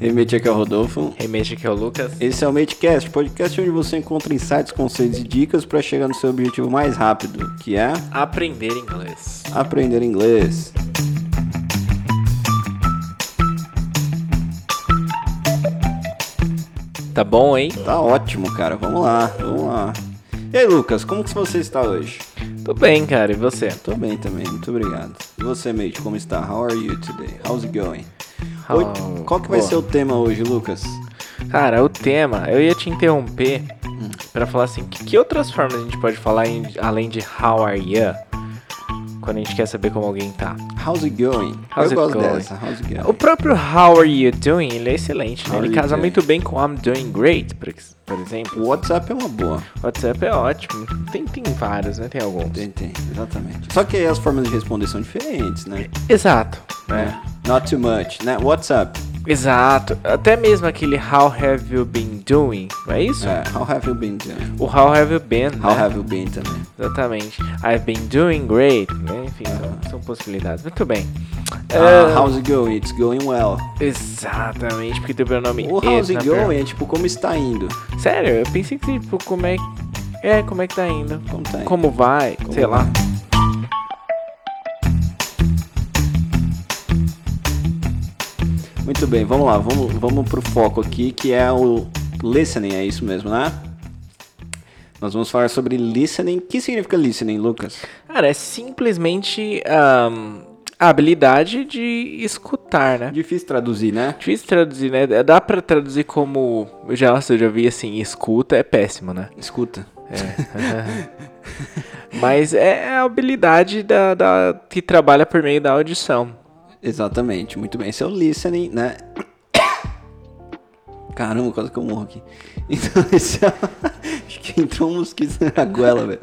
Remete aqui é o Rodolfo. Remete aqui é o Lucas. Esse é o Matecast, podcast onde você encontra insights, conceitos e dicas para chegar no seu objetivo mais rápido, que é Aprender inglês. aprender inglês. Tá bom, hein? Tá ótimo, cara. Vamos lá, vamos lá. E aí, Lucas, como que você está hoje? Tô bem, cara. E você? Tô bem também, muito obrigado. E você, mate, como está? How are you today? How's it going? Oi, How- Qual que vai Boa. ser o tema hoje, Lucas? Cara, o tema, eu ia te interromper pra falar assim, que, que outras formas a gente pode falar em- além de how are you? Quando a gente quer saber como alguém tá. How's it going? How's Eu gosto it going? dessa. How's it O going? próprio how are you doing, ele é excelente, né? How Ele are you casa doing? muito bem com I'm doing great, por, ex- por O exemplo. WhatsApp é uma boa. WhatsApp é ótimo. Tem, tem vários, né? Tem alguns. Tem, tem, exatamente. Só que aí as formas de responder são diferentes, né? Exato. né? Not too much, né? WhatsApp. Exato. Até mesmo aquele How Have You Been Doing, não é isso? É, how have you been doing? O How Have You Been, How né? have you been também? Exatamente. I've been doing great, né? Enfim, são, são possibilidades. Muito bem. Ah, Ah, how's it going? It's going well. Exatamente, porque tem o nome O how's it na pergunta. going é tipo como está indo. Sério, eu pensei que tipo, como é que... É, como é que tá indo? Como tá indo? Como vai? Como sei lá. vai? Muito bem, vamos lá, vamos, vamos pro foco aqui que é o listening, é isso mesmo, né? Nós vamos falar sobre listening. O que significa listening, Lucas? Cara, é simplesmente ahm, a habilidade de escutar, né? Difícil traduzir, né? Difícil traduzir, né? Dá pra traduzir como. Já, nossa, eu já vi assim, escuta é péssimo, né? Escuta. É. Mas é a habilidade da, da- que trabalha por meio da audição. Exatamente, muito bem. Esse é o listening, né? Caramba, quase que eu morro aqui. Então, esse é... Acho que entrou um mosquito na goela, velho.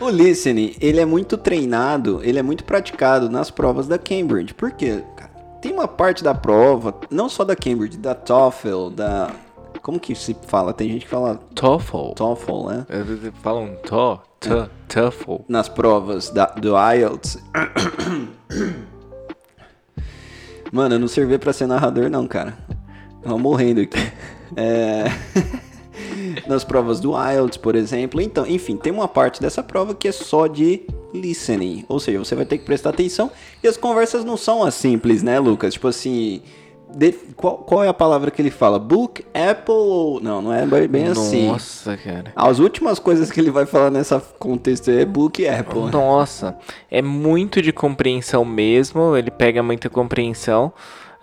O listening, ele é muito treinado, ele é muito praticado nas provas da Cambridge. Por quê? cara? Tem uma parte da prova, não só da Cambridge, da TOEFL, da... Como que se fala? Tem gente que fala TOEFL. TOEFL, né? Fala um to, to, TOEFL. nas provas da, do IELTS. Mano, eu não servi pra ser narrador, não, cara. Tava morrendo aqui. É, nas provas do IELTS, por exemplo. Então, enfim, tem uma parte dessa prova que é só de listening. Ou seja, você vai ter que prestar atenção. E as conversas não são as simples, né, Lucas? Tipo assim. de- qual, qual é a palavra que ele fala? Book, Apple ou. Não, não é bem bem assim. Nossa, cara. As últimas coisas que ele vai falar nessa contexto é book e Apple. Nossa. É muito de compreensão mesmo. Ele pega muita compreensão.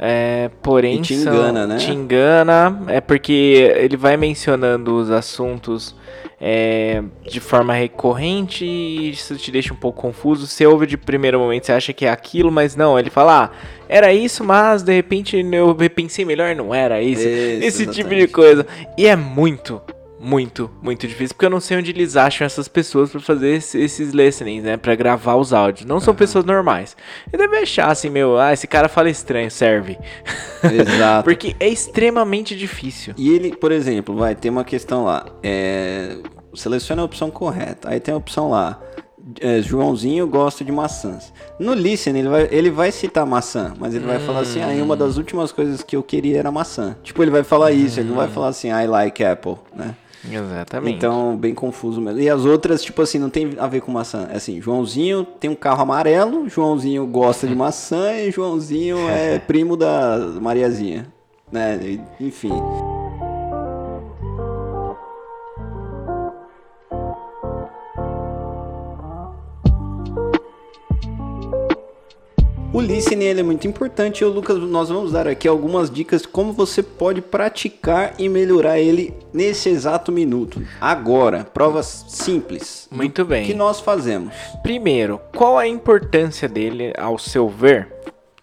É, porém, E te são- engana, né? Te engana. É porque ele vai mencionando os assuntos é, de forma recorrente e isso te deixa um pouco confuso. Você ouve de primeiro momento, você acha que é aquilo, mas não. Ele fala, ah, era isso, mas de repente eu repensei melhor, não era isso. Isso, Esse tipo de exatamente. coisa. E é muito, muito, muito difícil, porque eu não sei onde eles acham essas pessoas pra fazer esse- esses listenings, né? Pra gravar os áudios. Não são pessoas normais. E deve achar assim, meu, ah, esse cara fala estranho, serve. Exato. Porque é extremamente difícil. E ele, por exemplo, vai ter uma questão lá. É, seleciona a opção correta. Aí tem a opção lá. é, Joãozinho gosta de maçãs. No listen, ele vai, ele vai citar maçã, mas ele vai falar assim: aí uma das últimas coisas que eu queria era maçã. Tipo, ele vai falar isso, ele não Hum. vai falar assim, I like Apple, né? Exatamente. Então, bem confuso mesmo. E as outras, tipo assim, não tem a ver com maçã. É assim, Joãozinho tem um carro amarelo, Joãozinho gosta Hum. de maçã e Joãozinho é primo da Mariazinha. Né? E- Enfim. O listening ele é muito importante e o Lucas, nós vamos dar aqui algumas dicas de como você pode praticar e melhorar ele nesse exato minuto. Agora, provas simples. Muito bem. Que nós fazemos? Primeiro, qual a importância dele, ao seu ver,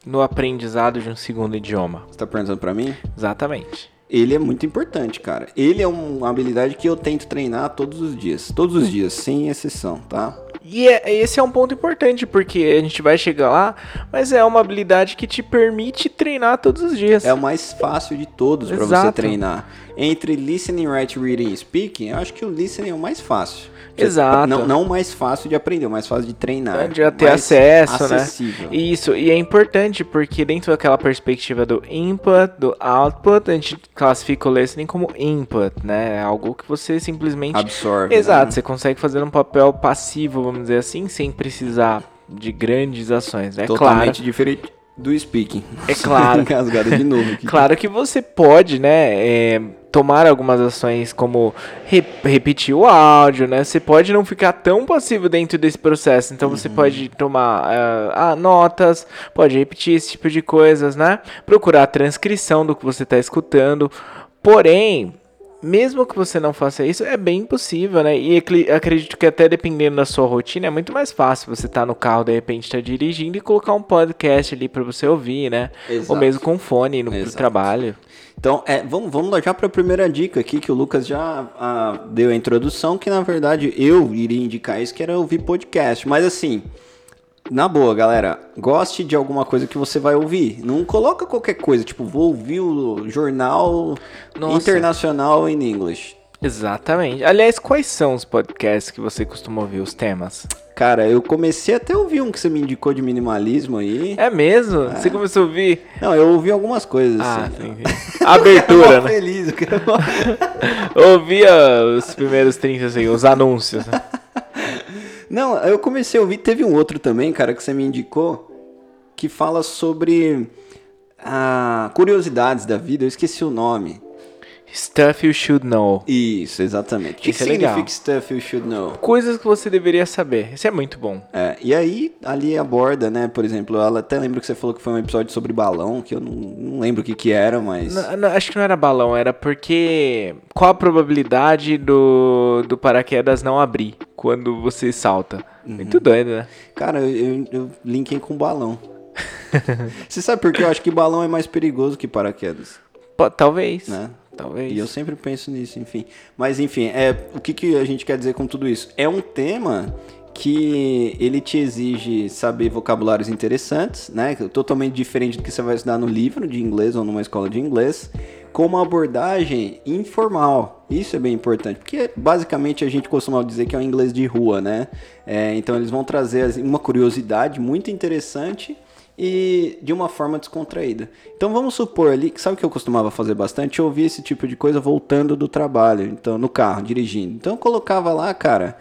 no aprendizado de um segundo idioma? Você tá perguntando para mim? Exatamente. ele é muito importante, cara. Ele é uma habilidade que eu tento treinar todos os dias. Todos os dias, sem exceção, tá? E é- esse é um ponto importante, porque a gente vai chegar lá, mas é uma habilidade que te permite treinar todos os dias. É o mais fácil de todos pra você Exato. treinar. Entre listening, writing, reading e speaking, eu acho que o listening é o mais fácil. é Exato. É, Não, não o mais fácil de aprender, o mais fácil de treinar. De já ter Mais acesso, né? acessível. Isso, e é importante porque dentro daquela perspectiva do input, do output, a gente classifica o listening como input, né? É algo que você simplesmente Absorve. né? Exato, você consegue fazer um papel passivo, vamos dizer assim, sem precisar de grandes ações. É Totalmente diferente do speaking. É claro. Engasgado de novo. aqui. claro. Claro que você pode, né, é, tomar algumas ações como re- repetir o áudio, né? Você pode não ficar tão passivo dentro desse processo. Então você pode tomar ah, ah, notas, pode repetir esse tipo de coisas, né? Procurar a transcrição do que você está escutando. Porém, mesmo que você não faça isso, é bem possível, né? E acli- acredito que até dependendo da sua rotina, é muito mais fácil você estar no carro, de repente, tá dirigindo e colocar um podcast ali para você ouvir, né? Exato. Ou mesmo com fone no pro Exato. trabalho. Então, é, vamos, vamos lá já para a primeira dica aqui que o Lucas já ah, deu a introdução, que na verdade eu iria indicar isso, que era ouvir podcast. Mas assim, na boa, galera, goste de alguma coisa que você vai ouvir. Não coloca qualquer coisa, tipo, vou ouvir o jornal Nossa. internacional em inglês. Exatamente. Aliás, quais são os podcasts que você costuma ouvir, os temas? Cara, eu comecei até a ouvir um que você me indicou de minimalismo aí. É mesmo? Você começou a ouvir? Não, eu ouvi algumas coisas. Ah, assim. entendi. Abertura, né? Feliz, o cara mó- Ouvia os primeiros 30 segundos, os anúncios. né? Não, eu comecei a ouvir, teve um outro também, cara, que você me indicou, que fala sobre ah, curiosidades da vida, eu esqueci o nome. Stuff You Should Know. Isso, exatamente. O que Isso é significa legal. stuff you should know? Coisas que você deveria saber. Isso é muito bom. É, e aí, ali aborda, né, por exemplo, ela até lembro que você falou que foi um episódio sobre balão, que eu não, não lembro o que que era, mas... N- n- acho que não era balão, era porque. Qual a probabilidade do, do paraquedas não abrir quando você salta? Uhum. Muito doido, né? Cara, eu, eu, eu linkei com balão. você sabe por quê? Eu acho que balão é mais perigoso que paraquedas, Pô, talvez. né? Talvez. E eu sempre penso nisso, enfim. Mas enfim, é, o que, que a gente quer dizer com tudo isso? É um tema que ele te exige saber vocabulários interessantes, né? Totalmente diferente do que você vai estudar no livro de inglês ou numa escola de inglês, com uma abordagem informal. Isso é bem importante, porque basicamente a gente costuma dizer que é um inglês de rua, né? É, então eles vão trazer assim, uma curiosidade muito interessante e de uma forma descontraída. Então vamos supor ali, que sabe o que eu costumava fazer bastante? Eu ouvia esse tipo de coisa voltando do trabalho, então no carro, dirigindo. Então eu colocava lá, cara.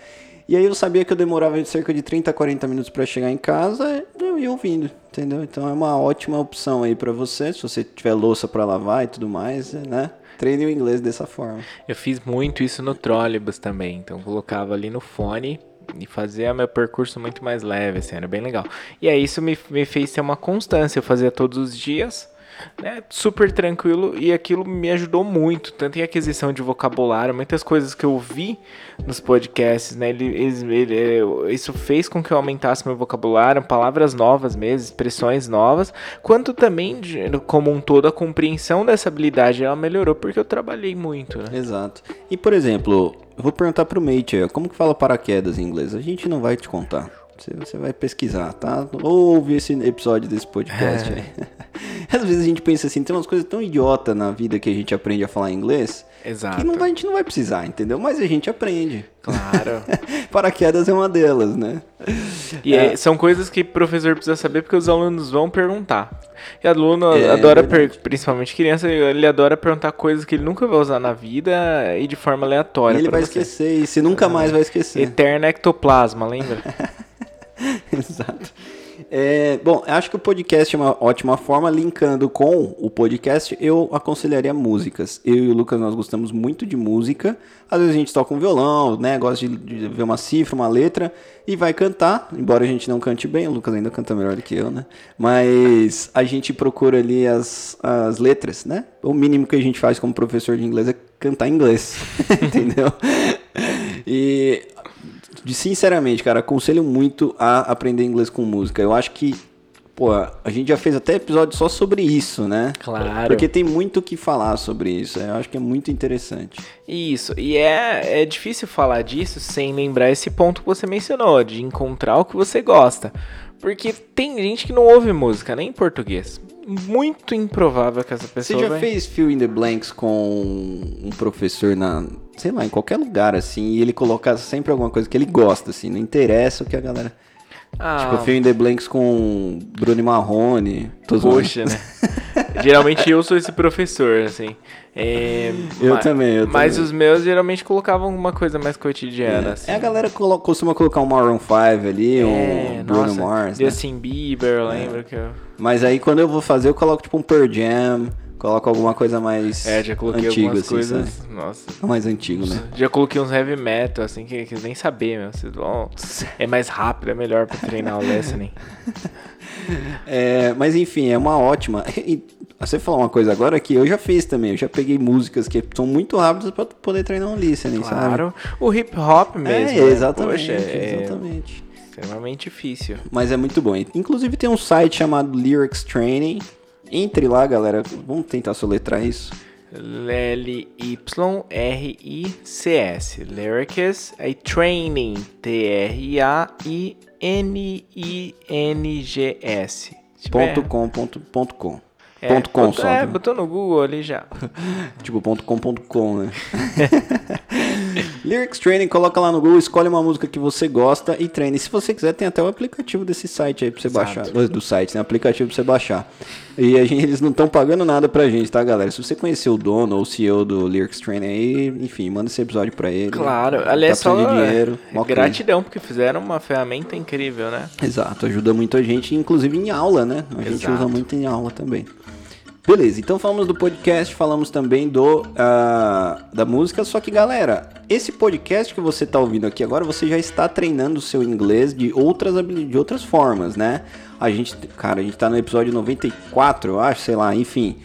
E aí eu sabia que eu demorava cerca de 30 a 40 minutos para chegar em casa, eu ia ouvindo, entendeu? Então é uma ótima opção aí para você, se você tiver louça para lavar e tudo mais, né? Treine o inglês dessa forma. Eu fiz muito isso no trolleybus também, então eu colocava ali no fone e fazia meu percurso muito mais leve, assim, era bem legal. E aí isso me, me fez ter uma constância, eu fazia todos os dias, né, super tranquilo e aquilo me ajudou muito, tanto em aquisição de vocabulário, muitas coisas que eu vi nos podcasts, né, ele, eles- ele- eu- isso fez com que eu aumentasse meu vocabulário, palavras novas mesmo, expressões novas, quanto também, de- como um todo, a compreensão dessa habilidade, ela melhorou porque eu trabalhei muito, né. Exato. E por exemplo, eu vou perguntar pro mate aí, ó, como que fala paraquedas em inglês? A gente não vai te contar. Você, você vai pesquisar, tá? Ou ouvir esse episódio desse podcast aí. É. Às vezes a gente pensa assim, tem umas coisas tão idiota na vida que a gente aprende a falar inglês Exato. que não vai- a gente não vai precisar, entendeu? Mas a gente aprende. Claro. Paraquedas é uma delas, né? E é, são coisas que o professor precisa saber porque os alunos vão perguntar. E aluno É, adora, é per- principalmente criança, ele adora perguntar coisas que ele nunca vai usar na vida e de forma aleatória. e ele pra vai você. esquecer, e você nunca mais vai esquecer. Eterno ectoplasma, lembra? Exato. É, bom, acho que o podcast é uma ótima forma, linkando com o podcast, eu aconselharia músicas. Eu e o Lucas, nós gostamos muito de música. Às vezes a gente toca um violão, né? Gosta de, de ver uma cifra, uma letra e vai cantar, embora a gente não cante bem, o Lucas ainda canta melhor do que eu, né? Mas a gente procura ali as, as letras, né? O mínimo que a gente faz como professor de inglês é cantar inglês, entendeu? E de- sinceramente, cara, aconselho muito a aprender inglês com música. Eu acho que Pô, a gente já fez até episódio só sobre isso, né? Claro. Porque tem muito o que falar sobre isso. Eu acho que é muito interessante. Isso, e é, é difícil falar disso sem lembrar esse ponto que você mencionou, de encontrar o que você gosta. Porque tem gente que não ouve música, nem em português. Muito improvável que essa Você pessoa. já vai- fez fill in the blanks com um professor na, sei lá, em qualquer lugar assim, e ele colocar sempre alguma coisa que ele gosta assim, não interessa o que a galera. Ah, Tipo, fill in the blanks com Bruno Marrone, tô zoando. Poxa, né? geralmente eu sou esse professor, assim. É, Eu ma- também, eu Mas também. os meus geralmente colocavam alguma coisa mais cotidiana, assim. É, a galera colo- costuma colocar um Maroon 5 ali, um É, Bruno nossa, Mars, né? Justin Bieber, eu lembro que eu... Mas aí quando eu vou fazer, eu coloco tipo um Pearl Jam, coloco alguma coisa mais É, já coloquei antigo, algumas assim, coisas... sabe? Nossa, Não mais antigo, né? já coloquei uns heavy metal, assim, que, que nem saber, meu. Vocês vão... É mais rápido, é melhor pra treinar o listening. É, mas enfim, é uma ótima. E você falou uma coisa agora que eu já fiz também. Eu já peguei músicas que são muito rápidas pra poder treinar um listening, Claro. O hip hop sabe? É, mesmo. né? exatamente, Poxa, é exatamente. extremamente difícil. Mas é muito bom. Inclusive tem um site chamado Lyrics Training. Entre lá, galera. Vamos tentar soletrar isso. L-Y-R-I-C-S. Lyrics. Aí Training. T-R-A-I-N-I-N-G-S. Se tiver- Ponto com, ponto, ponto com. Tipo, É, ponto com botou- só. É, né? botou no Google ali já. Tipo, ponto com, ponto com, né? Lyrics Training, coloca lá no Google, escolhe uma música que você gosta e treine. Se você quiser, tem até o aplicativo desse site aí pra você Exato. baixar. Do, do site, né? Aplicativo pra você baixar. E a gente, eles não estão pagando nada pra gente, tá, galera? Se você conhecer o dono ou o CEO do Lyrics Training aí, enfim, manda esse episódio pra ele. Claro, aliás, tá só é, precisando de dinheiro. mó crime. gratidão, porque fizeram uma ferramenta incrível, né? Exato, ajuda muito a gente, inclusive em aula, né? A gente Exato. usa muito em aula também. Beleza, então falamos do podcast, falamos também do ah, da música, só que galera, esse podcast que você está ouvindo aqui agora, você já está treinando o seu inglês de outras habili- de outras formas, né? A gente, cara, a gente tá no episódio 94, eu acho, sei lá, enfim.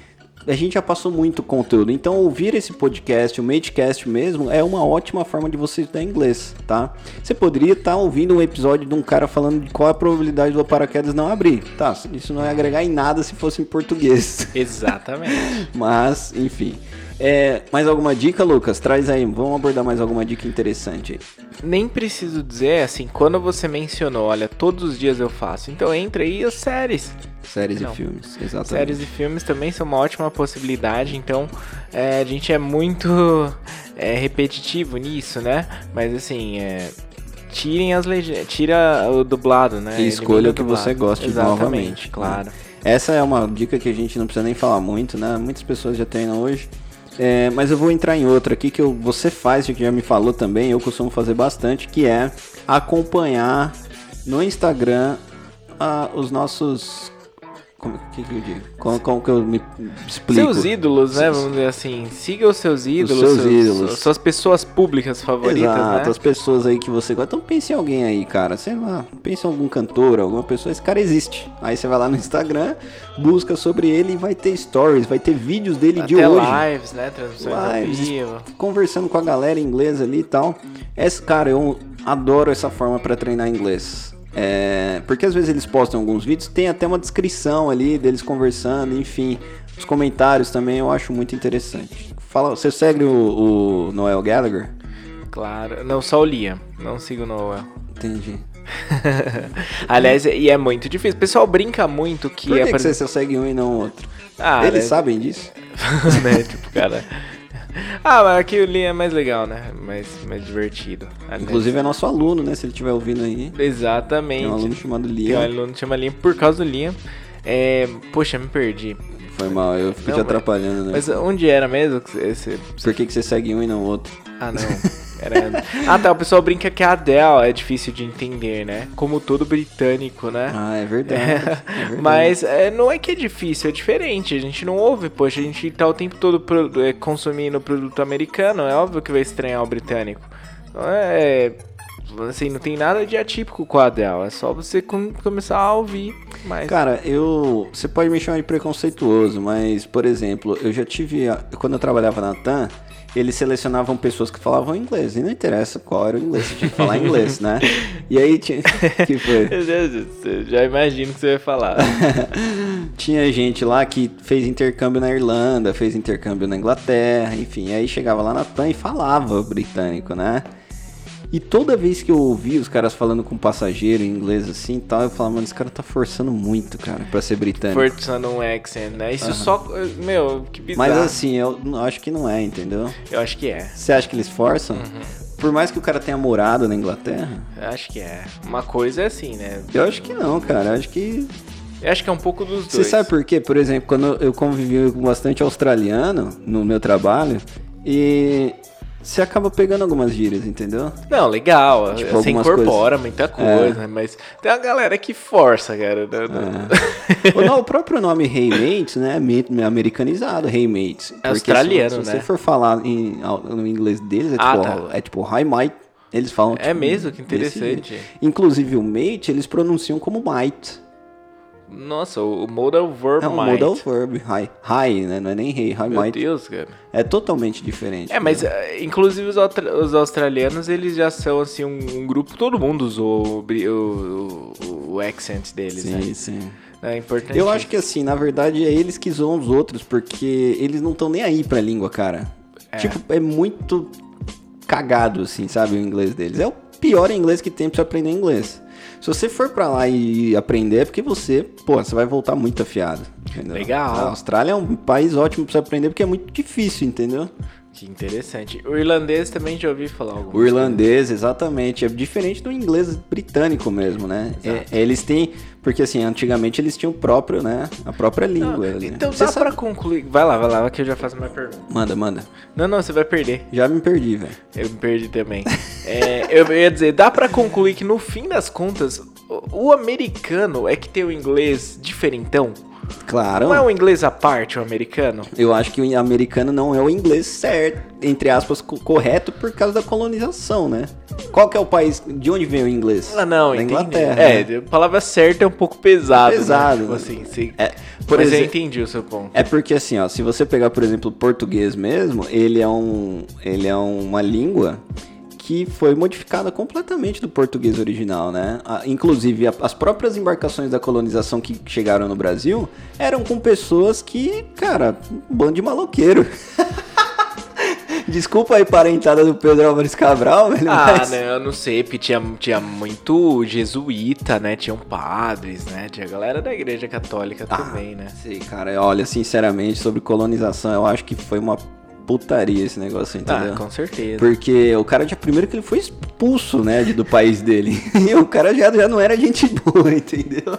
A gente já passou muito conteúdo, então ouvir esse podcast, o Madecast mesmo, é uma ótima forma de você estudar inglês, tá? Você poderia estar ouvindo um episódio de um cara falando de qual a probabilidade do paraquedas não abrir, tá? Isso não ia agregar em nada se fosse em português. Exatamente. Mas, enfim. É, mais alguma dica, Lucas? Traz aí. Vamos abordar mais alguma dica interessante aí. Nem preciso dizer, assim, quando você mencionou, olha, todos os dias eu faço. Então entra aí as séries. Séries Não. e filmes, exatamente. Séries e filmes também são uma ótima possibilidade, então é, a gente é muito é, repetitivo nisso, né? Mas assim, é, tirem as legendas, tira o dublado, né? E escolha Elimina o que dublado. você goste Exatamente, novamente. claro. Essa é uma dica que a gente não precisa nem falar muito, né? Muitas pessoas já treinam hoje. É, mas eu vou entrar em outra aqui que eu- você faz, que já me falou também, eu costumo fazer bastante, que é acompanhar no Instagram ah, os nossos. Como que, que eu digo? Como, como que eu me explico? Seus ídolos, né? Vamos dizer assim, siga os seus ídolos, seus ídolos. suas pessoas públicas favoritas, Exato, as né? pessoas aí que você gosta. Então pense em alguém aí, cara. Sei lá, pense em algum cantor, alguma pessoa. Esse cara existe. Aí você vai lá no Instagram, busca sobre ele e vai ter stories, vai ter vídeos dele de Até hoje. lives, né? Transmissões Lives, ao vivo. Conversando com a galera inglesa ali e tal. Esse cara, eu adoro essa forma pra treinar inglês. É, porque às vezes eles postam alguns vídeos, tem até uma descrição ali deles conversando, enfim. Os comentários também eu acho muito interessante. Fala, você segue o- o Noel Gallagher? Claro. Não, só o Liam. Não sigo o Noel. Entendi. Aliás, e é muito difícil. O pessoal brinca muito que Por que, que é você só segue um e não outro? Ah, Eles né? sabem disso? né? Tipo, cara. Ah, mas aqui o Liam é mais legal, né? Mais, mais divertido. Ah, Aliás, Inclusive é nosso aluno, né? Se ele estiver ouvindo aí. Tem um aluno Exatamente. chamado Tem um Liam. aluno que chama Liam por causa do Liam. É, poxa, me perdi. Foi mal, eu fico Não, te mas- atrapalhando, né? Mas onde era mesmo que esse. Por que, que você segue um e não outro? Ah, não. Era... Ah, tá. O pessoal brinca que a Adele é difícil de entender, né? Como todo britânico, né? Ah, é verdade. é verdade. Mas é, não é que é difícil, é diferente. A gente não ouve, poxa, a gente tá o tempo todo pro- é, consumindo produto americano, é óbvio que vai estranhar o britânico. Não é. Assim, não tem nada de atípico com a Adele, é só você com- começar a ouvir mais. É. Cara, eu. Você pode me chamar de preconceituoso, mas, por exemplo, eu já tive. a- Quando eu trabalhava na TAM, eles selecionavam pessoas que falavam inglês. E não interessa qual era o inglês, você tinha que falar inglês, né? E aí tinha. que foi? Meu Deus, eu já imagino o que você vai falar. tinha gente lá que fez intercâmbio na Irlanda, fez intercâmbio na Inglaterra, enfim. Aí chegava lá na TAM e falava o britânico, né? E toda vez que eu ouvi os caras falando com passageiro em inglês assim e tal, eu falava, mano, esse cara tá forçando muito, cara, pra ser britânico. Forçando um accent, né? Isso só. Meu, que bizarro. Mas assim, eu n- acho que não é, entendeu? Eu acho que é. Você acha que eles forçam? Por mais que o cara tenha morado na Inglaterra, Eu acho que é. Uma coisa é assim, né? eu acho que não, cara. Eu acho que. Eu acho que é um pouco dos Você dois. sabe por quê? Por exemplo, quando eu convivi com bastante australiano no meu trabalho, e você acaba pegando algumas gírias, entendeu? Não, legal. Tipo, você algumas É. incorpora muita coisa, mas tem uma galera que força, cara. né? Ou não, o próprio nome Haymates, né? é me- é Americanizado, Haymates. Porque australiano, se, se você né? for falar em, no inglês deles, é Ah, tipo, tá. é tipo hi mate. Eles falam É tipo, mesmo? Que desse jeito. interessante. Inclusive o mate, eles pronunciam como might. Nossa, o o modal verb É um might. modal verb. Hi, hi, né? Não é nem hey, hi Meu might. Deus, cara. É totalmente diferente. É, mas entendeu? eh, inclusive os, austra- os australianos, eles já são assim um, um grupo, todo mundo usou o, bri- o, o- o accent deles, né? Sim, sim. É importante. Eu acho que assim, na verdade, é eles que zoam os outros, porque eles não estão nem aí pra língua, cara. Tipo, é muito cagado, assim, sabe, o inglês deles. É o pior inglês que tem pra você aprender inglês. Se você for pra lá e aprender, é porque você, pô, você vai voltar muito afiado. entendeu? Legal. A Austrália é um país ótimo pra você aprender, porque é muito difícil, entendeu? Que interessante. O irlandês também já ouvi falar alguma O irlandês, exatamente. É diferente do inglês britânico mesmo, né? É, eles têm. Porque assim, antigamente eles tinham o próprio, né? A própria língua. né? Então Você dá sabe- pra concluir. Vai lá, vai lá, que eu já faço minha pergunta. Manda, manda. Não, não, você vai perder. Já me perdi, velho. Eu me perdi também. É, eu ia dizer, dá pra concluir que no fim das contas, o- o americano é que tem o inglês diferentão? Claro. Não é um inglês à parte, o americano? Eu acho que o americano não é o inglês certo, entre aspas, co- correto por causa da colonização, né? Qual que é o país de onde vem o inglês? Ah, não, da entendi. Inglaterra. É, né? a palavra certa é um pouco pesado. né? Pesado, Tipo né? assim, sim. É, por Mas eu exemplo- entendi o seu ponto. É porque assim, ó, se você pegar, por exemplo, o português mesmo, ele é um, ele é uma língua que foi modificada completamente do português original, né? A- inclusive a- as próprias embarcações da colonização que chegaram no Brasil eram com pessoas que, cara, um bando de maloqueiro. Desculpa aí parentada do Pedro Álvares Cabral, velho, Ah, É, mas... né, eu não sei, porque tinha, tinha muito jesuíta, né? Tinham padres, né? Tinha galera da igreja católica Ah, também, né? Sei, cara, olha, sinceramente, sobre colonização, eu acho que foi uma putaria esse negócio, entendeu? Ah, com certeza. Porque o cara já, primeiro que ele foi expulso, né, de- do país dele. E o cara já, já não era gente boa, entendeu?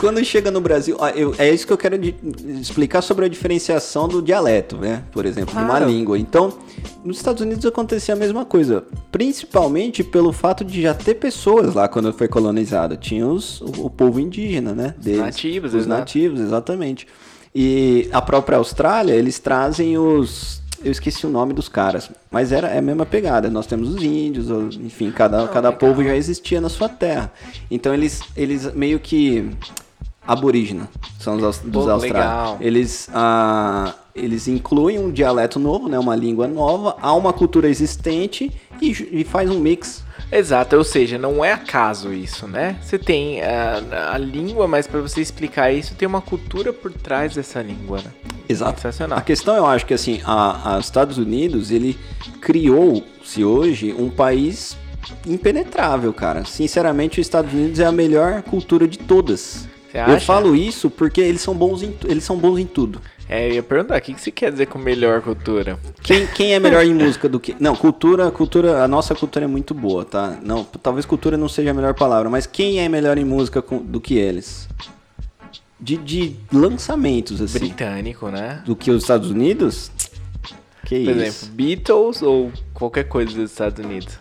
Quando chega no Brasil, ó, eu- é isso que eu quero de- explicar sobre a diferenciação do dialeto, né? Por exemplo, de Claro. uma língua. Então, nos Estados Unidos acontecia a mesma coisa, principalmente pelo fato de já ter pessoas lá quando foi colonizado. Tinha os, o, o povo indígena, né? Deles, nativos, os exato. nativos, exatamente. E a própria Austrália, eles trazem os. Eu esqueci o nome dos caras, mas era é a mesma pegada. Nós temos os índios, os- enfim, cada, cada povo já existia na sua terra. Então eles, eles meio que. Aborígena, são os aus- dos Pô, austrálios. legal. Eles, ah, eles incluem um dialeto novo, né, uma língua nova, há uma cultura existente e, ju- e faz um mix. Exato, ou seja, não é acaso isso, né? Você tem a, a língua, mas pra você explicar isso, tem uma cultura por trás dessa língua, né? Exato. A Sensacional. questão, eu acho que assim, a, a Estados Unidos, ele criou-se hoje um país impenetrável, cara. Sinceramente, os Estados Unidos é a melhor cultura de todas. Você Eu acha? falo isso porque eles são bons em, tu- eles são bons em tudo. É, eu ia perguntar, o que que você quer dizer com melhor cultura? Quem, quem é melhor em música do que. Não, cultura, cultura, a nossa cultura é muito boa, tá? Não, talvez cultura não seja a melhor palavra, mas quem é melhor em música com- do que eles? De, de lançamentos, assim. Britânico, né? Do que os Estados Unidos? Que Por isso. exemplo, Beatles ou qualquer coisa dos Estados Unidos.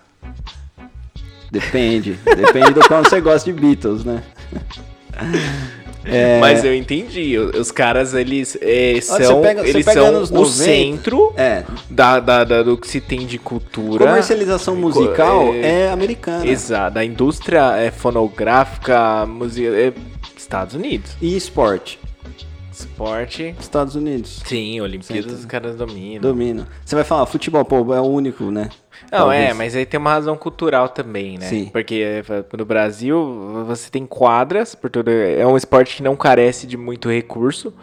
Depende. Depende do quanto você gosta de Beatles, né? Mas eu entendi, o- os caras, eles é, É. Olha, são, você pega- você eles pega são anos o 90. centro É. da, da- da- do que se tem de cultura. ah, Comercialização musical é americana. Exato, da indústria é, fonográfica, música, é, Estados Unidos. E esporte. Esporte. Estados Unidos. Sim, Olimpíadas Sim, tá. os caras dominam. Domina. Você vai falar, futebol, pô, é o único, né? Não, é, Talvez. mas aí tem uma razão cultural também, né? Sim. Porque eh, no Brasil você tem quadras, por tudo, é um esporte que não carece de muito recurso.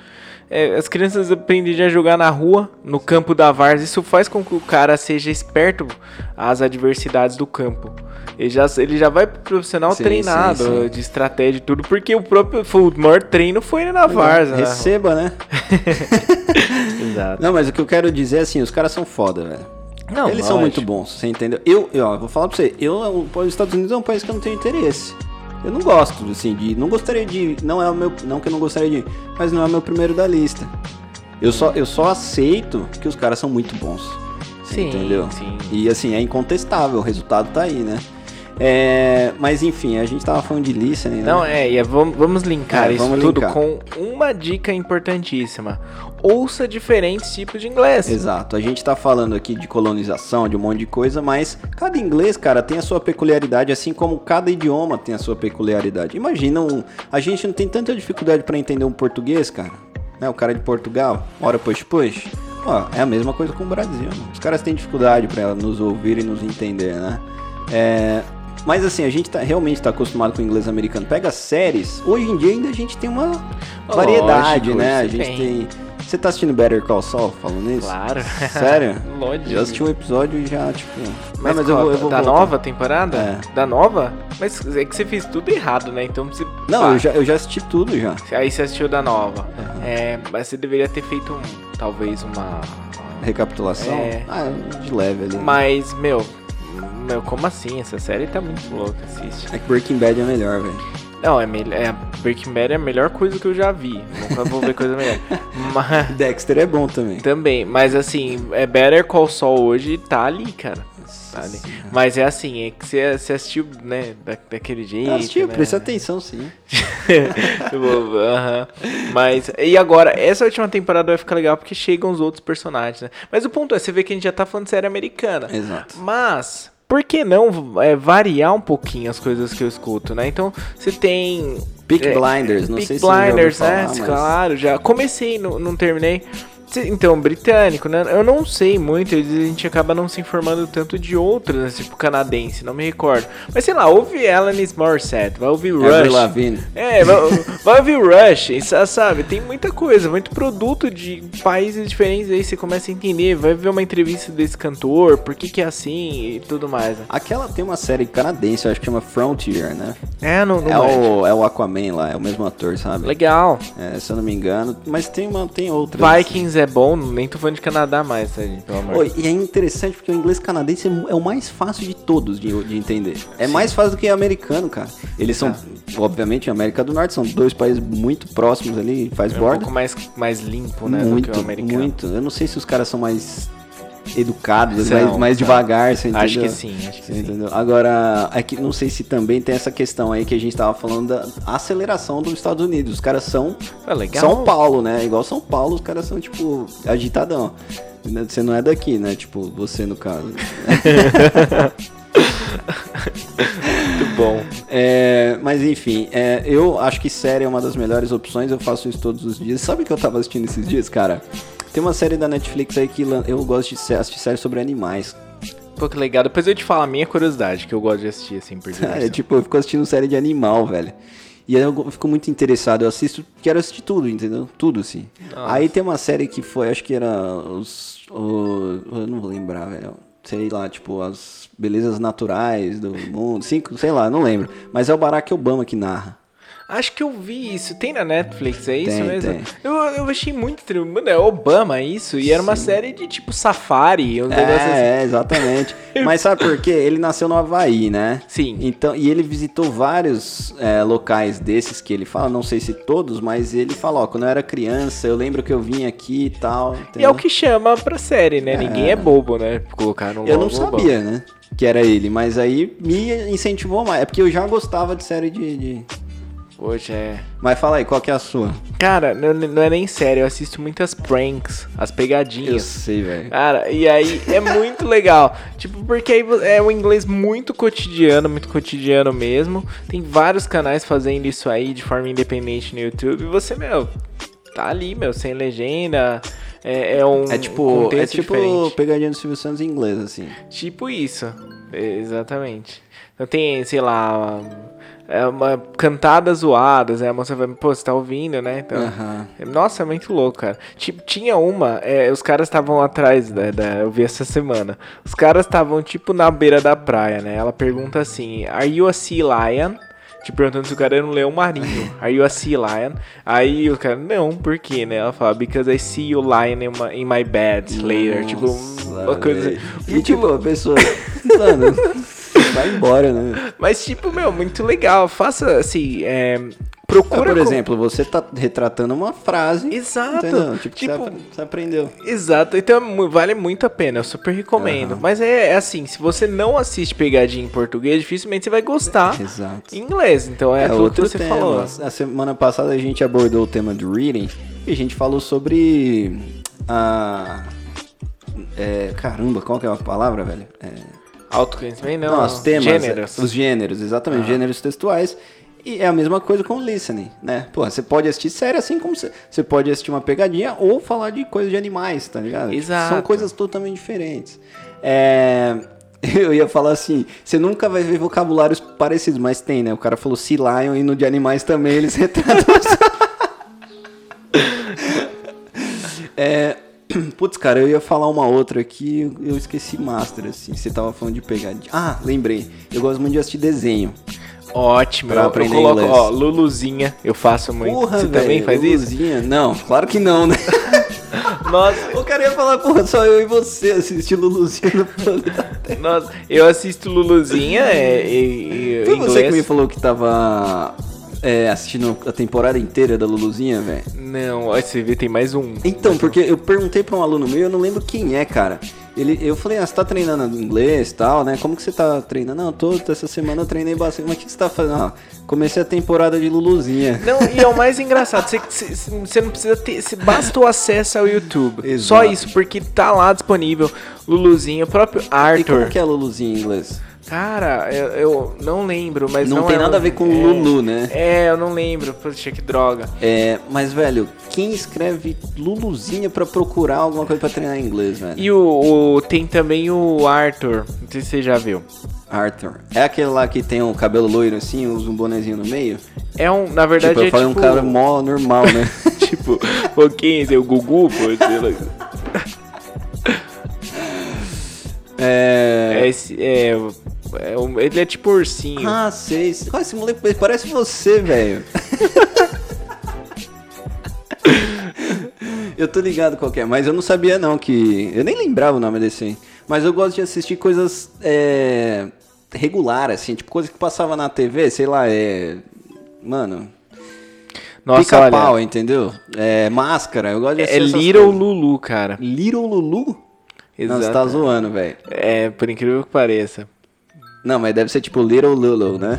Eh, As crianças aprendem a jogar na rua, no campo da várzea. Isso faz com que o cara seja esperto às adversidades do campo. Ele já, ele já vai pro profissional Sim, treinado sim, sim. de estratégia e tudo, porque o próprio foi, o maior treino foi na várzea. né? Então, Receba, né? Exato. Não, mas o que eu quero dizer é assim, os caras são foda, velho. Não, Eles são muito lógico. bons, você entendeu? Eu, eu, ó, vou falar pra você, eu, o- pô, os Estados Unidos é um país que eu não tenho interesse. Eu não gosto, assim, de. Não gostaria de. Não é o meu. Não que eu não gostaria de. ir, Mas não é o meu primeiro da lista. Eu só, eu só aceito que os caras são muito bons. você Sim, entendeu? sim. E assim, é incontestável, o resultado tá aí, né? É, mas enfim, a gente tava falando de listening, Não, né? é, e é, vamos, vamos linkar É, isso vamos tudo linkar. com uma dica importantíssima. Ouça diferentes tipos de inglês. Exato, a gente tá falando aqui de colonização, de um monte de coisa, mas cada inglês, cara, tem a sua peculiaridade, assim como cada idioma tem a sua peculiaridade. Imagina, um, a gente não tem tanta dificuldade pra entender um português, cara, né? O cara de Portugal, ora pois pois. Ó, é a mesma coisa com o Brasil. né? Os caras têm dificuldade pra nos ouvir e nos entender, né? É, mas assim, a gente tá, realmente tá acostumado com o inglês americano. Pega séries, hoje em dia ainda a gente tem uma variedade, Lógico, né? A isso gente tem. tem. Você tá assistindo Better Call Saul falando isso? Claro. Sério? Lógico. Eu assisti um episódio e já, tipo. não, Mas, qual? da voltar. nova temporada? É. Da nova? Mas é que você fez tudo errado, né? Então você. Não, pá, eu já, Uhum. eu já assisti tudo já. Aí você assistiu da nova. É, mas você deveria ter feito um, talvez uma. Recapitulação? É. Ah, de leve ali. Mas, meu. Meu, como assim? Essa série tá muito louca, assiste. É que Breaking Bad é melhor, velho. Não, é, mel- é Breaking Bad é a melhor coisa que eu já vi. Nunca vou ver coisa melhor. Mas. Dexter é bom também. Também, mas assim, é Better Call Saul hoje tá ali, cara. Tá ali. Mas é assim, é que você, você assistiu, né, da, daquele jeito. Eu assisti, né? presta atenção sim. Eu vou- aham. Mas, e agora, essa última temporada vai ficar legal porque chegam os outros personagens, né? Mas o ponto é, você vê que a gente já tá falando de série americana. Exato. Mas, por que não é, variar um pouquinho as coisas que eu escuto, né? Então, você tem. Peak é, Blinders, não Peaky sei se você já ouviu Blinders, falar, né? mas- Claro, já. Comecei, não, não terminei. Se- Então, britânico, né? Eu não sei muito, às vezes a gente acaba não se informando tanto de outras, né? tipo canadense, não me recordo. Mas sei lá, ouve Alanis Morissette, vai ouvir Avril Rush. Lavigne. É, vai, vai ouvir Rush, sa- sabe? Tem muita coisa, muito produto de países diferentes aí, você começa a entender, vai ver uma entrevista desse cantor, por que que é assim e tudo mais, né? Aquela tem uma série canadense, eu acho que chama Frontier, né? É, não, não É manjo. o, é o Aquaman lá, é o mesmo ator, sabe? Legal. É, se eu não me engano. Mas tem, uma, tem outra. assim. Vikings é bom, nem tô falando de Canadá mais, tá, gente? Pelo amor de Oi, e é interessante porque o inglês canadense é mu- é o mais fácil de todos de, de entender. É mais fácil do que o americano, cara. Eles são, Ah. obviamente, a América do Norte, são dois países muito próximos ali, faz É um borda. pouco mais, mais limpo, né? muito, do que o americano. muito. Eu não sei se os caras são mais educados, São, mais, mais são. devagar, você entendeu? Acho que sim, acho que Você sim. entendeu? Agora, é que não sei se também tem essa questão aí que a gente tava falando da aceleração dos Estados Unidos. Os caras são Ah, legal. são Paulo, né? Igual São Paulo, os caras são, tipo, agitadão. Né? Você não é daqui, né? Tipo, você no caso. Muito bom. É, mas enfim, é, eu acho que série é uma das melhores opções, eu faço isso todos os dias. Sabe o que eu tava assistindo esses dias, cara? Tem uma série da Netflix aí que lan- eu gosto de sé- assistir série sobre animais. Pô, que legal. Depois eu te falo a minha curiosidade, que eu gosto de assistir, assim, por É, diversão. tipo, eu fico assistindo série de animal, velho. E aí eu go- fico muito interessado, eu assisto, quero assistir tudo, entendeu? Tudo, assim. Nossa. Aí tem uma série que foi, acho que era os. o- eu não vou lembrar, velho. Sei lá, tipo, as belezas naturais do mundo. Cinco, sei lá, não lembro. Mas é o Barack Obama que narra. Acho que eu vi isso. Tem na Netflix, é isso Tem, mesmo? tem. Eu, eu achei muito. tri- Mano, é Obama isso. E era uma série de tipo safari, um negócio assim. É, é, exatamente. Mas sabe por quê? Ele nasceu no Havaí, né? Sim. Então, e ele visitou vários é, locais desses que ele fala, não sei se todos, mas ele fala, ó, quando eu era criança, eu lembro que eu vim aqui e tal. E é entendeu? o que chama pra série, né? Ninguém é bobo, né? Colocar no Eu não logo Obama. sabia, né? Que era ele, mas aí me incentivou mais. É porque eu já gostava de série de. de- Poxa, é. Mas fala aí, qual que é a sua? Cara, não, não é nem sério. Eu assisto muitas pranks, as Eu pegadinhas. sei, velho. Cara, e aí é muito legal. Tipo, porque aí vo- é um inglês muito cotidiano, muito cotidiano mesmo. Tem vários canais fazendo isso aí de forma independente no YouTube. E você, meu, tá ali, meu, sem legenda. É, é um. É tipo, é contexto tipo diferente. pegadinha do Silvio Santos em inglês, assim. Tipo isso. É, Exatamente. Então tem, sei lá. É uma cantadas zoadas, aí a moça vai, pô, você tá ouvindo, né? Então, Aham. Nossa, é muito louco, cara. Tipo, tinha uma, é, os caras estavam atrás da, da- Eu vi essa semana. Os caras estavam, tipo, na beira da praia, né? Ela pergunta assim: Are you a sea lion? Te perguntando se o cara era um leão marinho. Are you a sea lion? Aí o cara, não, por quê, né? Ela fala, because I see you lying in my, in my bed later. tipo, Nossa, uma coisa. assim. velho. E tipo, a pessoa. Mano, vai embora, né? Mas, tipo, meu, muito legal. Faça assim. é, procura. Mas, por com- exemplo, você tá retratando uma frase. Exato. entendeu? Tipo, Tipo- Você, ap- você aprendeu. Exato, então é mu- vale muito a pena, eu super recomendo. Aham. Mas é, é assim, se você não assiste pegadinha em português, dificilmente você vai gostar Exato. em inglês. Então é, aquilo que você tema. falou. A semana passada a gente abordou o tema de reading e a gente falou sobre a. é, caramba, qual que é a palavra, velho? É, Autoconhecimento não, Não, os temas. gêneros. Ah. Os gêneros, exatamente, gêneros textuais. E é a mesma coisa com o listening, né? Pô, você pode assistir série assim como você, você pode assistir uma pegadinha ou falar de coisa de animais, tá ligado? Tipo, São Exato. coisas totalmente diferentes. É, Eu ia falar assim, você nunca vai ver vocabulários parecidos, mas tem, né? O cara falou sea lion e no de animais também eles retratam assim. É, Putz, cara, eu ia falar uma outra aqui, eu- eu esqueci Master, assim. Você tava falando de pegadinha. Ah, lembrei. Eu gosto muito de assistir desenho. Ótimo, Pra eu, eu aprender coloco, inglês. ó, Luluzinha, eu faço muito. Porra, você velho. também faz isso? Luluzinha? Não, claro que não, né? Nossa, O cara ia falar, porra, só eu e você assistir Luluzinha no planeta. nossa, eu assisto Luluzinha é, e, e Foi você que inglês. me falou que tava é, assistindo a temporada inteira da Luluzinha, velho? Não, ó, você vê, tem mais um. Então, porque eu perguntei pra um aluno meu, eu não lembro quem é, cara. Ele, eu falei, ah, você tá treinando inglês e tal, né? Como que você tá treinando? Não, eu tô, essa semana eu treinei bastante. Mas o que que você tá fazendo? Ah, comecei a temporada de Luluzinha. Não, e é o mais engraçado, você- você você não precisa ter. você- basta o acesso ao YouTube. Exato. Só isso, porque tá lá disponível. Luluzinho, o próprio E como Arthur. que é Luluzinha em inglês? Cara, eu, eu não lembro, mas não, Não tem é nada a um- ver com é, Lulu, né? É, eu não lembro. Poxa, que droga. É, mas, velho, quem escreve Luluzinha pra procurar alguma coisa pra treinar inglês, velho? E o, o- tem também o Arthur. Não sei se você já viu. Arthur. É aquele lá que tem o cabelo loiro assim, usa um bonezinho no meio? É um, na verdade Tipo, eu é falei tipo, um cara mó normal, né? tipo, pô, quem é o Gugu, pô, sei lá. É. É, esse- é, é um- ele é tipo ursinho. Ah, sei. sei. Olha, esse moleque ele parece você, velho. eu tô ligado qual que é, mas eu não sabia não que... Eu nem lembrava o nome desse aí. Mas eu gosto de assistir coisas é, regular, assim. Tipo, coisa que passava na TV, sei lá, é... Mano... Nossa, Pica-pau, olha. entendeu? É, máscara, eu gosto de É, é assistir essas Little coisas. Lulu, cara. Little Lulu? Não, você Exato. tá zoando, velho. É, por incrível que pareça. Não, mas deve ser tipo Little Lulu, né?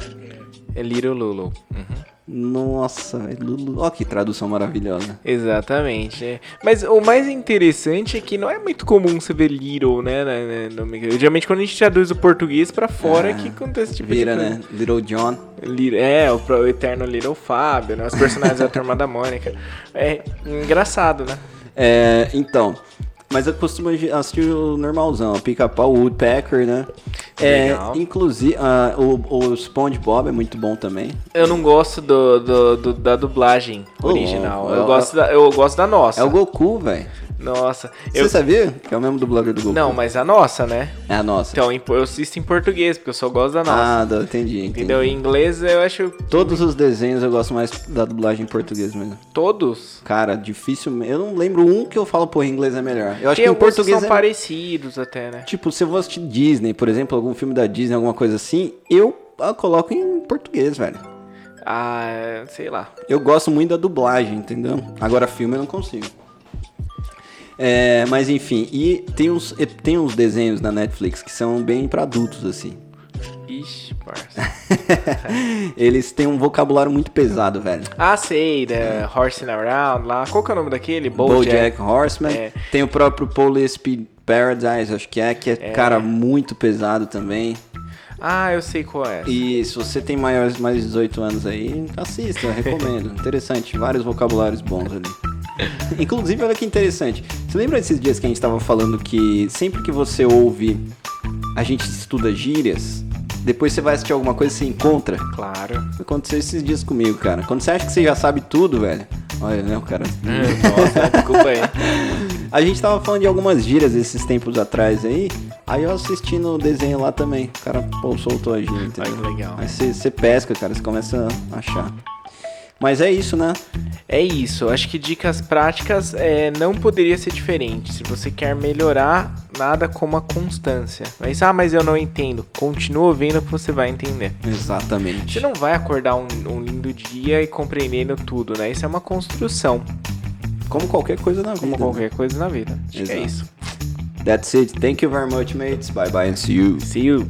É Little Lulu. Uhum. Nossa, velho, Lulu. Ó que tradução maravilhosa. Exatamente. é. Mas o mais interessante é que não é muito comum você ver Little, né? na- na- no micro- Geralmente quando a gente traduz o português pra fora é que acontece esse tipo Vira, de coisa. né? Little John. Little- é, o, pro- o eterno Little Fábio, né? Os personagens da Turma da Mônica. É engraçado, né? É, então. Mas eu costumo agi- assistir o normalzão, pica-pau, Woodpecker, né? É, Legal. inclusive, ah, o, o SpongeBob é muito bom também. Eu não gosto do, do- do- da dublagem Ô, original. louco, eu, é- gosto da, eu gosto da nossa. É o Goku, velho. Nossa. Você Eu, sabia que é o mesmo dublador do Goku? não, mas a nossa, né? É a nossa. Então, em- eu assisto em português, porque eu só gosto da nossa. Ah, do- entendi, entendi. entendeu? Em inglês eu acho Todos os desenhos eu gosto mais da dublagem em português mesmo. todos. Cara, difícil. Eu não lembro um que eu falo, pô, em inglês é melhor. Eu acho Tem que em alguns que português são é parecidos até, né? Tipo, se eu vou assistir Disney, por exemplo, algum filme da Disney, alguma coisa assim, eu ah, coloco em português, velho. Ah, é, sei lá. Eu gosto muito da dublagem, entendeu? Agora filme eu não consigo. É, mas enfim, e tem uns, e tem uns desenhos na Netflix que são bem pra adultos, assim. Ixi, parça. Eles têm um vocabulário muito pesado, velho. Ah, sei, da Horsing Around lá. Qual que é o nome daquele? BoJack Horseman. É. Tem o próprio Police P- Paradise, acho que é, que é, cara, muito pesado também. Ah, eu sei qual é. E se você tem maiores mais de 18 anos aí, assista, eu recomendo. Interessante, vários vocabulários bons ali. Inclusive, olha que interessante. Você lembra desses dias que a gente estava falando que sempre que você ouve, a gente estuda gírias, depois você vai assistir alguma coisa e você encontra? Claro. Aconteceu esses dias comigo, cara. Quando você acha que você já sabe tudo, velho. Olha, não, cara. Ah, Nossa, desculpa aí. A gente tava falando de algumas gírias esses tempos atrás aí. Aí eu assisti no desenho lá também. O cara pô, soltou a gíria, Olha que entendeu? legal. Aí você você pesca, cara. Você começa a achar. Mas é isso, né? É isso, acho que dicas práticas é, não poderia ser diferente. Se você quer melhorar, nada como a constância. Mas, ah, mas eu não entendo. Continua ouvindo que você vai entender. Exatamente. Você não vai acordar um, um lindo dia e compreendendo tudo, né? Isso é uma construção, Como qualquer coisa na vida. como né? qualquer coisa na vida. Acho que é Exato. isso. That's it. Thank you very much, mates. Bye bye and see you. See you.